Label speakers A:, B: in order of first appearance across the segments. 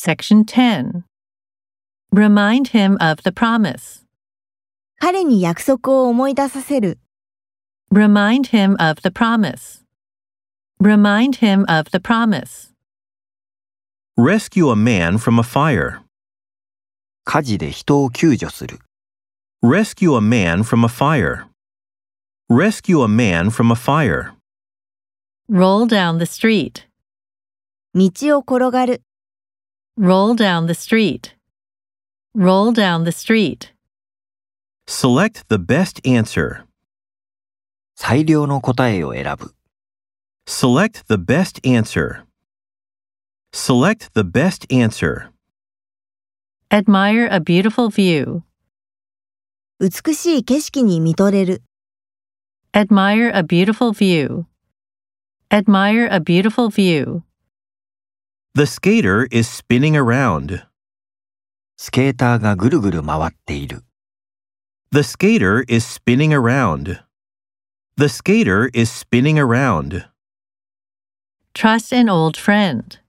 A: Section 10. Remind him of the promise.
B: 彼に約束を思い出させる。
A: Remind him of the promise. Remind him of the promise.
C: Rescue a man from a fire.
D: 火事で人を救助する。
C: Rescue a man from a fire. Rescue a man from a fire.
A: Roll down the street.
B: 道を転がる。
A: Roll down the street. Roll down the street.
C: Select the best answer.
D: 最良の答えを選ぶ。
C: Select the best answer. Select the best answer.
A: Admire a beautiful view.
B: 美しい景色に見とれる。
A: Admire a beautiful view. Admire a beautiful view.
C: The skater is spinning around.
D: スケーターがぐるぐる回っている。
C: The skater is spinning around. The skater is spinning around.
A: Trust an old friend.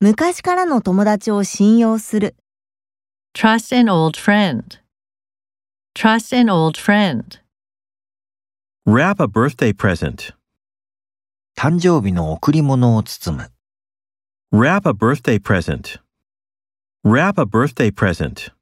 B: 昔からの友達を信用する。
A: Trust an old friend. Trust an old friend.
C: Wrap a birthday present.
D: 誕生日の贈り物を包む。
C: Wrap a birthday present. Wrap a birthday present.